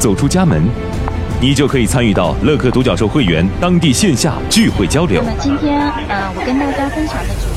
Speaker 5: 走出家门，你就可以参与到乐客独角兽会员当地线下聚会交流
Speaker 7: 那。么今天，呃，我跟大家分享的主题